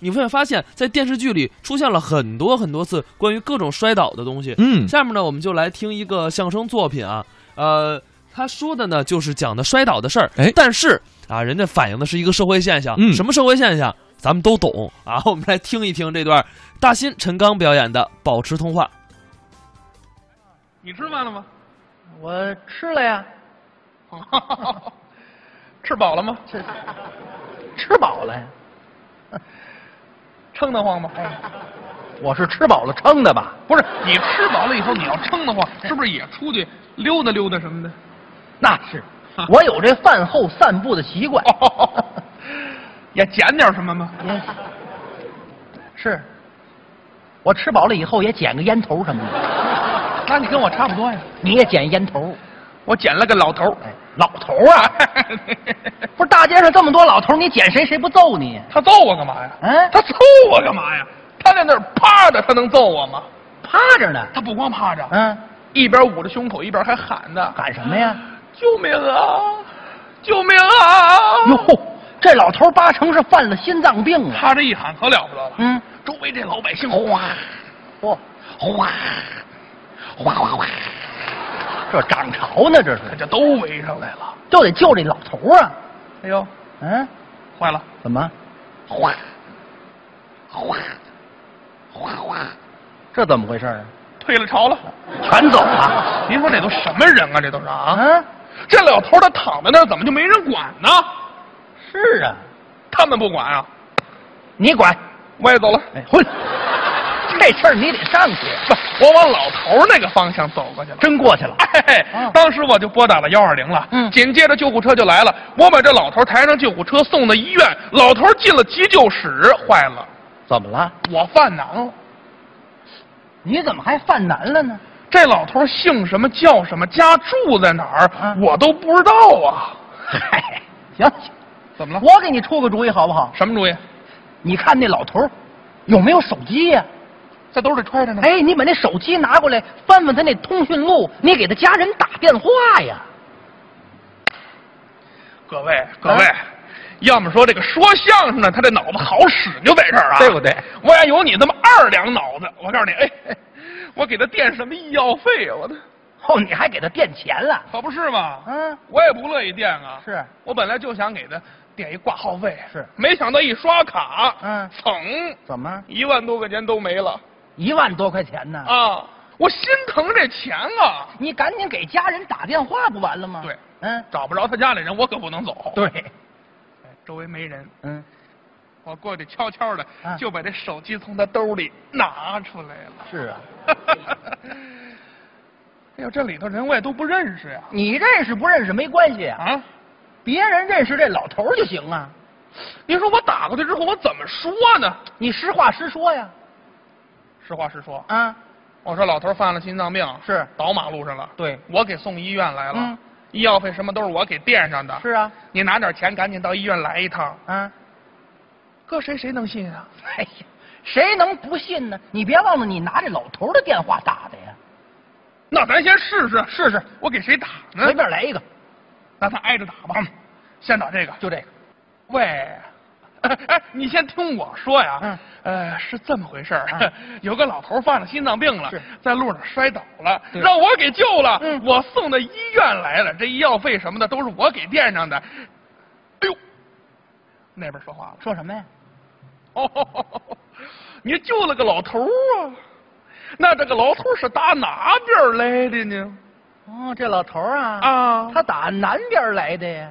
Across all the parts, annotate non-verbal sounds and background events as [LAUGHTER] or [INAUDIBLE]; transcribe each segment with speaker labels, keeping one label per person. Speaker 1: 你会发现在电视剧里出现了很多很多次关于各种摔倒的东西。
Speaker 2: 嗯
Speaker 1: 下面呢，我们就来听一个相声作品啊，呃，他说的呢就是讲的摔倒的事儿，
Speaker 2: 哎
Speaker 1: 但是啊，人家反映的是一个社会现象，
Speaker 2: 嗯
Speaker 1: 什么社会现象，咱们都懂啊。我们来听一听这段大新陈刚表演的《保持通话》。
Speaker 3: 你吃饭了吗？
Speaker 4: 我吃了呀，
Speaker 3: 吃饱了吗？
Speaker 4: 吃吃饱了呀。 [LAUGHS]
Speaker 3: 撑得 [LAUGHS] 慌吗？
Speaker 4: 我是吃饱了撑的吧？
Speaker 3: 不是，你吃饱了以后你要撑
Speaker 4: [LAUGHS]
Speaker 3: 得慌，是不是也出去溜达溜达什么的？
Speaker 4: 那
Speaker 3: [LAUGHS]
Speaker 4: 是，我有这饭后散步的习惯。
Speaker 3: 哦， [LAUGHS] 也捡点什么吗？
Speaker 4: [LAUGHS] 也是，我吃饱了以后也捡个烟头什么的，
Speaker 3: [LAUGHS] 那你跟我差不多呀，
Speaker 4: 你也捡烟头。
Speaker 3: 我捡了个老头儿。
Speaker 4: 哎，老头儿啊，不是大街上这么多老头儿，你捡谁谁不揍你？
Speaker 3: 他揍我干嘛呀？
Speaker 4: 嗯
Speaker 3: 他揍我干嘛呀？他在那儿趴着，他能揍我吗？
Speaker 4: 趴着呢。
Speaker 3: 他不光趴着，
Speaker 4: 嗯，
Speaker 3: 一边捂着胸口，一边还喊呢
Speaker 4: 干什么呀？：“
Speaker 3: 救命啊！救命啊！”
Speaker 4: 哟，这老头儿八成是犯了心脏病啊！
Speaker 3: 他这一喊可了不得了，
Speaker 4: 嗯，
Speaker 3: 周围这老百姓哗
Speaker 4: 嚯、
Speaker 3: 哗哗哗哗，
Speaker 4: 这涨潮呢，这
Speaker 3: 可
Speaker 4: 是
Speaker 3: 就都围上来了。
Speaker 4: 就得救这老头儿啊！
Speaker 3: 哎呦，
Speaker 4: 嗯，
Speaker 3: 坏了！
Speaker 4: 怎么？
Speaker 3: 哗哗哗哗，
Speaker 4: 这怎么回事儿啊？
Speaker 3: 退了潮了。
Speaker 4: 全走了
Speaker 3: 您说这都什么人啊？这都是啊！
Speaker 4: 啊？
Speaker 3: 这老头他躺在那儿，怎么就没人管呢？
Speaker 4: 是啊，
Speaker 3: 他们不管啊，
Speaker 4: 你管，
Speaker 3: 我也走了。
Speaker 4: 哎，混，这事儿你得上去，
Speaker 3: 不，我往老头那个方向走过去了。
Speaker 4: 真过去了。
Speaker 3: 哎
Speaker 4: 啊，
Speaker 3: 当时我就拨打了幺二零了，
Speaker 4: 嗯
Speaker 3: 紧接着救护车就来了，我把这老头抬上救护车，送到医院。老头进了急救室，坏了，
Speaker 4: 怎么了？
Speaker 3: 我犯难了。
Speaker 4: 你怎么还犯难了呢？
Speaker 3: 这老头姓什么叫什么，家住在哪儿，
Speaker 4: 啊
Speaker 3: 我都不知道啊。
Speaker 4: 嗨，行行，
Speaker 3: 怎么了？
Speaker 4: 啊我给你出个主意好不好？
Speaker 3: 什么主意？
Speaker 4: 你看那老头儿有没有手机呀、
Speaker 3: 在兜里揣着呢。
Speaker 4: 哎，你把那手机拿过来，翻翻他那通讯录，你给他家人打电话呀。
Speaker 3: 各位各位，
Speaker 4: 啊
Speaker 3: 要么说这个说相声的他这脑子好使就在这儿啊，
Speaker 4: 对不对？
Speaker 3: 我要有你那么二两脑子，我告诉你，哎，哎我给他垫什么医药费啊？我的
Speaker 4: 哦，你还给他垫钱了？
Speaker 3: 可不是嘛。
Speaker 4: 嗯，
Speaker 3: 我也不乐意垫啊。
Speaker 4: 是
Speaker 3: 我本来就想给他垫一挂号费，
Speaker 4: 是
Speaker 3: 没想到一刷卡，
Speaker 4: 嗯
Speaker 3: 噌，
Speaker 4: 怎么
Speaker 3: 一万多块钱都没了
Speaker 4: 一万多块钱呢？
Speaker 3: 啊！我心疼这钱啊，
Speaker 4: 你赶紧给家人打电话不完了吗？
Speaker 3: 对
Speaker 4: 嗯，
Speaker 3: 找不着他家里人，我可不能走。
Speaker 4: 对，
Speaker 3: 哎，周围没人，
Speaker 4: 嗯，
Speaker 3: 我过去悄悄的
Speaker 4: 啊
Speaker 3: 就把这手机从他兜里拿出来了。 [LAUGHS]
Speaker 4: 是啊，
Speaker 3: 哎呦，这里头人我也都不认识呀！
Speaker 4: [LAUGHS] 你认识不认识没关系啊，
Speaker 3: 啊，
Speaker 4: 别人认识这老头儿就行啊。
Speaker 3: 您说我打过去之后我怎么说呢？
Speaker 4: 你实话实说呀。
Speaker 3: 实话实说，
Speaker 4: 啊，
Speaker 3: 我说老头犯了心脏病，
Speaker 4: 是
Speaker 3: 倒马路上了。
Speaker 4: 对
Speaker 3: 我给送医院来了，
Speaker 4: 嗯
Speaker 3: 医药费什么都是我给垫上的。
Speaker 4: 是啊，
Speaker 3: 你拿点钱赶紧到医院来一趟，
Speaker 4: 啊，
Speaker 3: 搁谁谁能信啊？
Speaker 4: 哎呀，谁能不信呢？你别忘了，你拿这老头儿的电话打的呀。
Speaker 3: 那咱先试试，
Speaker 4: 试试，
Speaker 3: 我给谁打呢？
Speaker 4: 随便来一个，
Speaker 3: 那咱挨着打吧。先打这个，
Speaker 4: 就这个。
Speaker 3: 喂，哎，你先听我说呀。
Speaker 4: 嗯。
Speaker 3: 呃，是这么回事儿，
Speaker 4: 嗯
Speaker 3: 有个老头犯了心脏病了
Speaker 4: 是，
Speaker 3: 在路上摔倒了，
Speaker 4: 对
Speaker 3: 让我给救了。
Speaker 4: 嗯
Speaker 3: 我送到医院来了，这医药费什么的都是我给垫上的。哎呦，那边说话了，
Speaker 4: 说什么呀？
Speaker 3: 哦， [LAUGHS] 你救了个老头儿啊？那这个老头儿是打哪边儿来的呢？
Speaker 4: 哦，这老头儿啊，
Speaker 3: 啊
Speaker 4: 他打南边儿来的呀。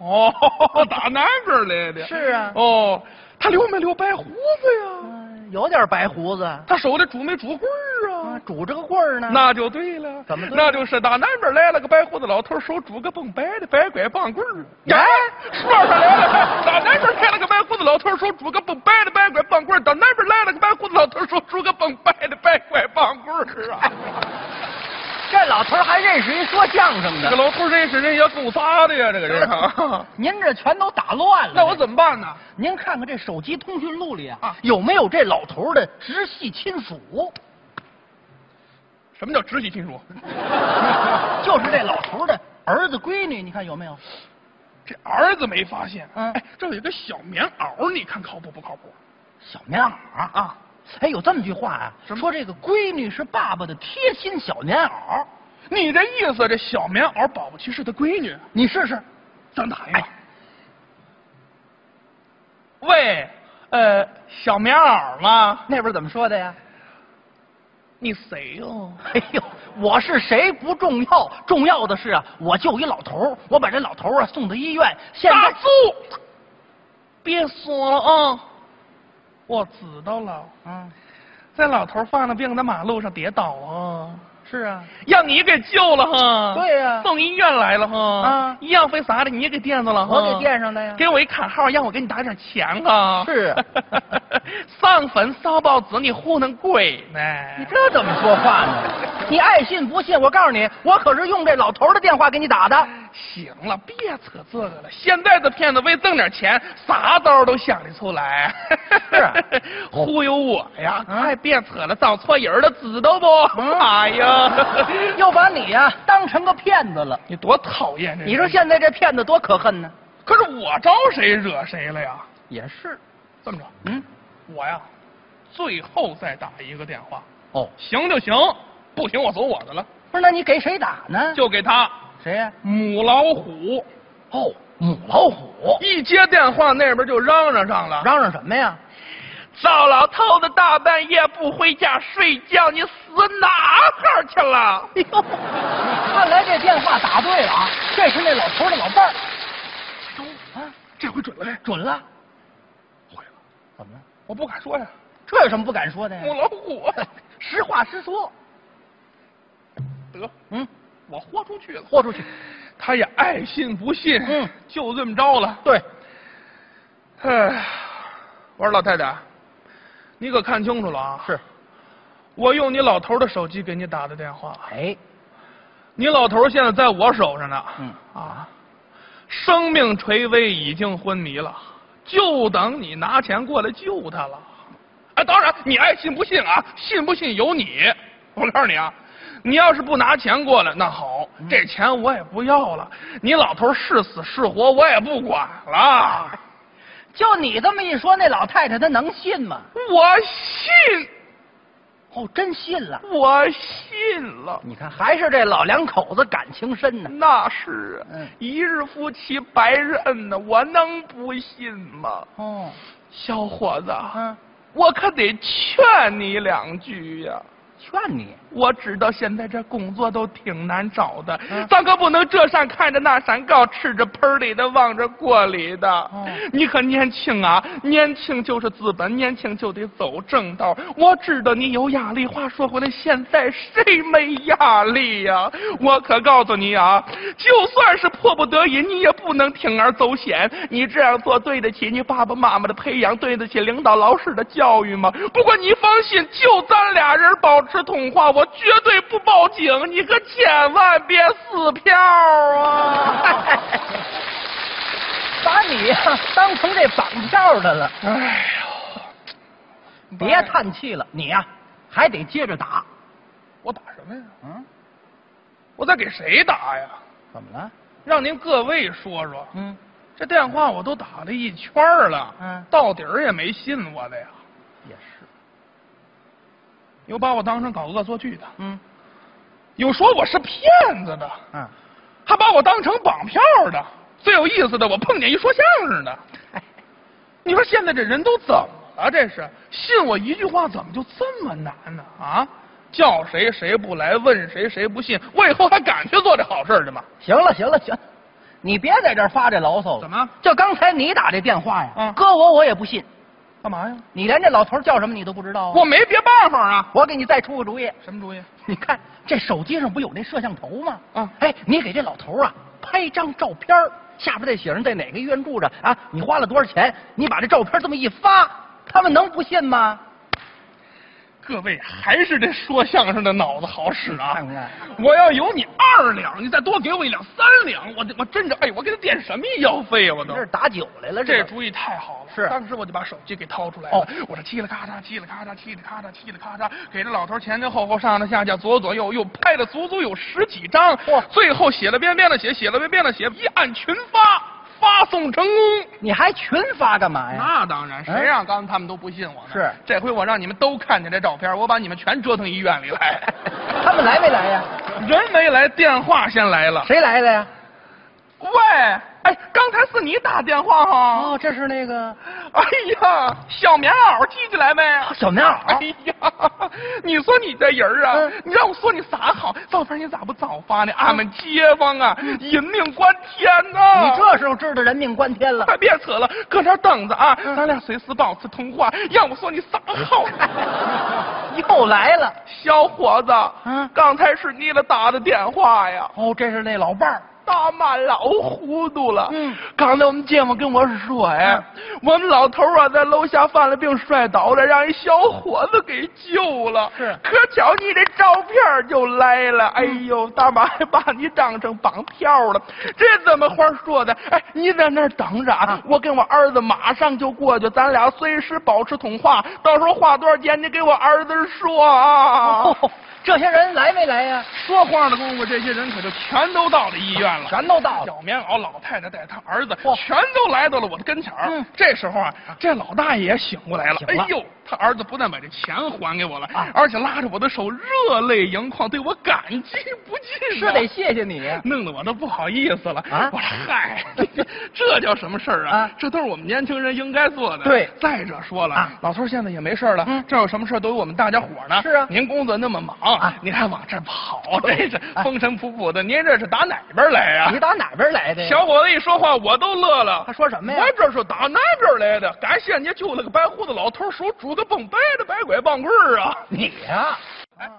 Speaker 3: 哦， [LAUGHS] 打南边儿来的。
Speaker 4: 是啊
Speaker 3: 哦，他留没留白胡子呀？
Speaker 4: 嗯，有点白胡子，
Speaker 3: 他手里拄没拄棍儿
Speaker 4: 啊
Speaker 3: 啊？，
Speaker 4: 拄着个棍儿呢。
Speaker 3: 那就对了，
Speaker 4: 怎么对
Speaker 3: 那就是打南边来了个白胡子老头，手拄个蹦白的白拐棒棍儿。
Speaker 4: 呀
Speaker 3: 呀，说上来了，打南边来了个白胡子老头，手拄个蹦白的白拐棒棍儿。打南边来了个白胡子老头，手拄个蹦白的白拐棒棍儿啊！
Speaker 4: 这老头儿还认识一说相声
Speaker 3: 这个
Speaker 4: 的，
Speaker 3: 老头认识人也够杂的呀，这个人
Speaker 4: [LAUGHS]
Speaker 3: 啊。
Speaker 4: 您这全都打乱了。
Speaker 3: 那我怎么办呢？
Speaker 4: 您看看这手机通讯录里啊，
Speaker 3: 啊
Speaker 4: 有没有这老头儿的直系亲属？
Speaker 3: 什么叫直系亲属？
Speaker 4: 就是这老头儿的儿子闺女，你看有没有？
Speaker 3: 这儿子没发现，
Speaker 4: 嗯
Speaker 3: 哎，这有一个小棉袄，你看靠谱不靠谱？
Speaker 4: 小棉袄啊！哎，有这么句话啊，
Speaker 3: 什么
Speaker 4: 说这个闺女是爸爸的贴心小棉袄，
Speaker 3: 你这意思，这小棉袄保不齐是他闺女，啊
Speaker 4: 你试哎试。
Speaker 3: 咱
Speaker 4: 啊
Speaker 3: 打一个。喂，呃，小棉袄吗？
Speaker 4: 那边怎么说的呀？
Speaker 3: 你谁哟、
Speaker 4: 哎呦，我是谁不重要，重要的是啊，我就一老头儿我把这老头儿啊送到医院，现
Speaker 3: 大
Speaker 4: 在
Speaker 3: 柱，别说了啊！我知道了，
Speaker 4: 嗯，
Speaker 3: 这老头犯了病，在马路上跌倒啊，
Speaker 4: 是啊，
Speaker 3: 让你给救了哈。
Speaker 4: 对呀
Speaker 3: 送医院来了哈。
Speaker 4: 啊
Speaker 3: 医药费啥的你也给垫着了哈。
Speaker 4: 我给垫上的呀
Speaker 3: 给我一卡号，让我给你打点钱啊。
Speaker 4: 是
Speaker 3: [LAUGHS] 上坟烧报纸，你糊弄鬼呢？
Speaker 4: 你这怎么说话呢？你爱信不信？我告诉你，我可是用这老头儿的电话给你打的。
Speaker 3: 行了，别扯这个了。现在这骗子为挣点钱，啥招都想得出来。
Speaker 4: 是啊
Speaker 3: [LAUGHS] 忽悠我呀！
Speaker 4: 嗯
Speaker 3: 快别扯了，找错人了，知道不？
Speaker 4: 嗯
Speaker 3: 哎呀， [LAUGHS]
Speaker 4: 又把你呀、当成个骗子了。
Speaker 3: 你多讨厌这人！
Speaker 4: 你说现在这骗子多可恨呢？
Speaker 3: 可是我招谁惹谁了呀？
Speaker 4: 也是，
Speaker 3: 这么着，
Speaker 4: 嗯，
Speaker 3: 我呀，最后再打一个电话，
Speaker 4: 哦，
Speaker 3: 行就行，不行我走我的了，
Speaker 4: 不是，那你给谁打呢？
Speaker 3: 就给他
Speaker 4: 谁呀、
Speaker 3: 母老虎。
Speaker 4: 哦，母老虎，
Speaker 3: 一接电话，那边就嚷嚷上了。
Speaker 4: 嚷嚷什么呀？
Speaker 3: 糟老头子大半夜不回家睡觉，你死哪哈去了？
Speaker 4: 哎呦，看来这电话打对了啊，这是那老头儿的老伴儿啊，
Speaker 3: 这回准了呗，
Speaker 4: 准了。
Speaker 3: 毁了！
Speaker 4: 怎么了？
Speaker 3: 我不敢说呀，
Speaker 4: 这有什么不敢说的
Speaker 3: 母
Speaker 4: 呀？
Speaker 3: 老虎，
Speaker 4: 实话实说，
Speaker 3: 得
Speaker 4: 嗯，
Speaker 3: 我 [LAUGHS] 豁出去了。
Speaker 4: 豁出去。
Speaker 3: 他也爱信不信，
Speaker 4: 嗯
Speaker 3: 就这么着了。
Speaker 4: 对，
Speaker 3: 哎，我说老太太，你可看清楚了啊！
Speaker 4: 是，
Speaker 3: 我用你老头的手机给你打的电话，
Speaker 4: 哎，
Speaker 3: 你老头现在在我手上呢。
Speaker 4: 嗯
Speaker 3: 啊，生命垂危，已经昏迷了，就等你拿钱过来救他了。哎，当然你爱信不信啊，信不信由你。我告诉你啊，你要是不拿钱过来，那好，
Speaker 4: 嗯
Speaker 3: 这钱我也不要了。你老头是死是活，我也不管了。
Speaker 4: 就你这么一说，那老太太她能信吗？
Speaker 3: 我信，
Speaker 4: 哦，真信了。
Speaker 3: 我信了。
Speaker 4: 你看，还是这老两口子感情深呢。
Speaker 3: 那是啊
Speaker 4: 嗯，
Speaker 3: 一日夫妻百日恩呐，我能不信吗？
Speaker 4: 哦，
Speaker 3: 小伙子，
Speaker 4: 嗯，
Speaker 3: 我可得劝你两句呀、
Speaker 4: 劝你，
Speaker 3: 我知道现在这工作都挺难找的，
Speaker 4: 嗯
Speaker 3: 咱可不能这山看着那山高，吃着盆里的望着锅里的。你可年轻啊，年轻就是资本，年轻就得走正道。我知道你有压力，话说回来，现在谁没压力呀、我可告诉你啊，就算是迫不得已，你也不能铤而走险。你这样做对得起你爸爸妈妈的培养，对得起领导老师的教育吗？不过你放心，就咱俩人保持通话，我绝对不报警。你可千万别撕票啊！ [LAUGHS]
Speaker 4: 把你呀、当成这绑票的了。
Speaker 3: 哎呦，
Speaker 4: 别叹气了，你呀、还得接着打。
Speaker 3: 我打什么呀？啊
Speaker 4: 嗯，
Speaker 3: 我在给谁打呀？
Speaker 4: 怎么了？
Speaker 3: 让您各位说说，
Speaker 4: 嗯，
Speaker 3: 这电话我都打了一圈儿了，
Speaker 4: 嗯
Speaker 3: 到底儿也没信我的呀，
Speaker 4: 也是。
Speaker 3: 有把我当成搞恶作剧的，
Speaker 4: 嗯
Speaker 3: 有说我是骗子的，
Speaker 4: 嗯，
Speaker 3: 还把我当成绑票的。最有意思的，我碰见一说相声
Speaker 4: [LAUGHS]
Speaker 3: 的，你说现在这人都怎么了？这是信我一句话，怎么就这么难呢？啊，叫谁谁不来，问谁谁不信，我以后还敢去做这好事儿去吗？
Speaker 4: 行了行了行了，你别在这儿发这牢骚了。
Speaker 3: 怎么
Speaker 4: 就刚才你打这电话呀，
Speaker 3: 嗯
Speaker 4: 搁我我也不信，
Speaker 3: 干嘛呀？
Speaker 4: 你连这老头叫什么你都不知道啊、
Speaker 3: 我没别办法啊。
Speaker 4: 我给你再出个主意，
Speaker 3: 什么主意？
Speaker 4: 你看这手机上不有那摄像头吗？
Speaker 3: 啊
Speaker 4: 哎，你给这老头啊拍张照片儿下边再写上在哪个医院住着啊，你花了多少钱，你把这照片这么一发，他们能不信吗？
Speaker 3: 各位还是这说相声的脑子好使啊！
Speaker 4: 看看
Speaker 3: 我要有你二两，你再多给我一两三两，我我真着哎，我给他垫什么医药费啊呀、我
Speaker 4: 你
Speaker 3: 都
Speaker 4: 这。是打酒来了，
Speaker 3: 这
Speaker 4: 是吧
Speaker 3: 主意太好了，
Speaker 4: 是
Speaker 3: 当时我就把手机给掏出来了，
Speaker 4: 哦
Speaker 3: 我这嘁哩咔嚓，嘁哩咔嚓，嘁哩咔嚓，嘁哩咔嚓，给这老头前前后后、上上下下、左左右右拍了足足有十几张，
Speaker 4: 嚯
Speaker 3: 最后写了遍遍的写，写了遍遍的写，一按群发，发送成功。
Speaker 4: 你还群发干嘛呀？
Speaker 3: 那当然，谁
Speaker 4: 嗯
Speaker 3: 让刚才他们都不信我呢？
Speaker 4: 是
Speaker 3: 这回我让你们都看见这照片，我把你们全折腾医院里
Speaker 4: [LAUGHS]
Speaker 3: 来。
Speaker 4: 他们来没来呀？
Speaker 3: 人没来，电话先来了。
Speaker 4: 谁来的呀？
Speaker 3: 喂，哎，刚才是你打电话哈？
Speaker 4: 哦，这是那个
Speaker 3: 哎呀，小棉袄系起来呗。
Speaker 4: 小棉
Speaker 3: 哎
Speaker 4: 袄。
Speaker 3: 呀，你说你这人儿啊，
Speaker 4: 嗯
Speaker 3: 你让我说你啥好？照片你咋不早发呢？俺们街坊啊，人命关天呐、
Speaker 4: 嗯你这时候知道人命关
Speaker 3: [LAUGHS]
Speaker 4: 天了。
Speaker 3: 快别扯了，搁那儿等着啊！
Speaker 4: 嗯
Speaker 3: 咱俩随时保持通话。让我说你啥好？
Speaker 4: 又来了。
Speaker 3: [LAUGHS] 小伙子，
Speaker 4: 嗯
Speaker 3: 刚才是你了打的电话呀，
Speaker 4: 哦，这是那老伴儿。
Speaker 3: 大妈老糊涂了。
Speaker 4: 嗯
Speaker 3: 刚才我们街坊跟我说呀，我们老头儿啊在楼下犯了病摔倒了，让一小伙子给救了。
Speaker 4: 是嗯
Speaker 3: 可巧你这照片儿就来了，哎呦，大妈还把你当成绑票了，这怎么话说的？哎，你在那儿等着啊
Speaker 4: 啊，
Speaker 3: 我跟我儿子马上就过去，咱俩随时保持通话，到时候花多少钱你给我儿子说啊。
Speaker 4: 哦，这些人来没来呀？
Speaker 3: 说话的功夫，这些人可就全都到了医院了。
Speaker 4: 全都到了。
Speaker 3: 小棉袄老太太带她儿子，
Speaker 4: 嚯
Speaker 3: 全都来到了我的跟前儿。
Speaker 4: 嗯
Speaker 3: 这时候啊，这老大爷也醒过来了。
Speaker 4: 醒了
Speaker 3: 哎呦，他儿子不但把这钱还给我了，
Speaker 4: 啊
Speaker 3: 而且拉着我的手热泪盈眶，对我感激不尽、
Speaker 4: 是
Speaker 3: 啊。
Speaker 4: 得谢谢你。
Speaker 3: [LAUGHS] 弄得我都不好意思了。
Speaker 4: 啊
Speaker 3: 我说嗨，这叫什么事儿啊？
Speaker 4: 啊
Speaker 3: 这都是我们年轻人应该做的。
Speaker 4: 对
Speaker 3: 再者说了，
Speaker 4: 啊
Speaker 3: 老头儿现在也没事儿了，
Speaker 4: 嗯
Speaker 3: 这有什么事儿都有我们大家伙儿呢。
Speaker 4: 是啊
Speaker 3: 您工作那么忙，
Speaker 4: 啊
Speaker 3: 您还往这儿跑，真是
Speaker 4: 哎
Speaker 3: 风尘仆仆的。您这是打哪边儿来呀、
Speaker 4: 你打哪边来的
Speaker 3: 嗯
Speaker 4: 呀？
Speaker 3: 小伙子一说话，我都乐了。
Speaker 4: 他说什么呀
Speaker 3: 我这是打那边儿来的，感谢你救了个白胡子老头儿，手拄个蹦白的白拐棒棍儿啊！
Speaker 4: 你呀、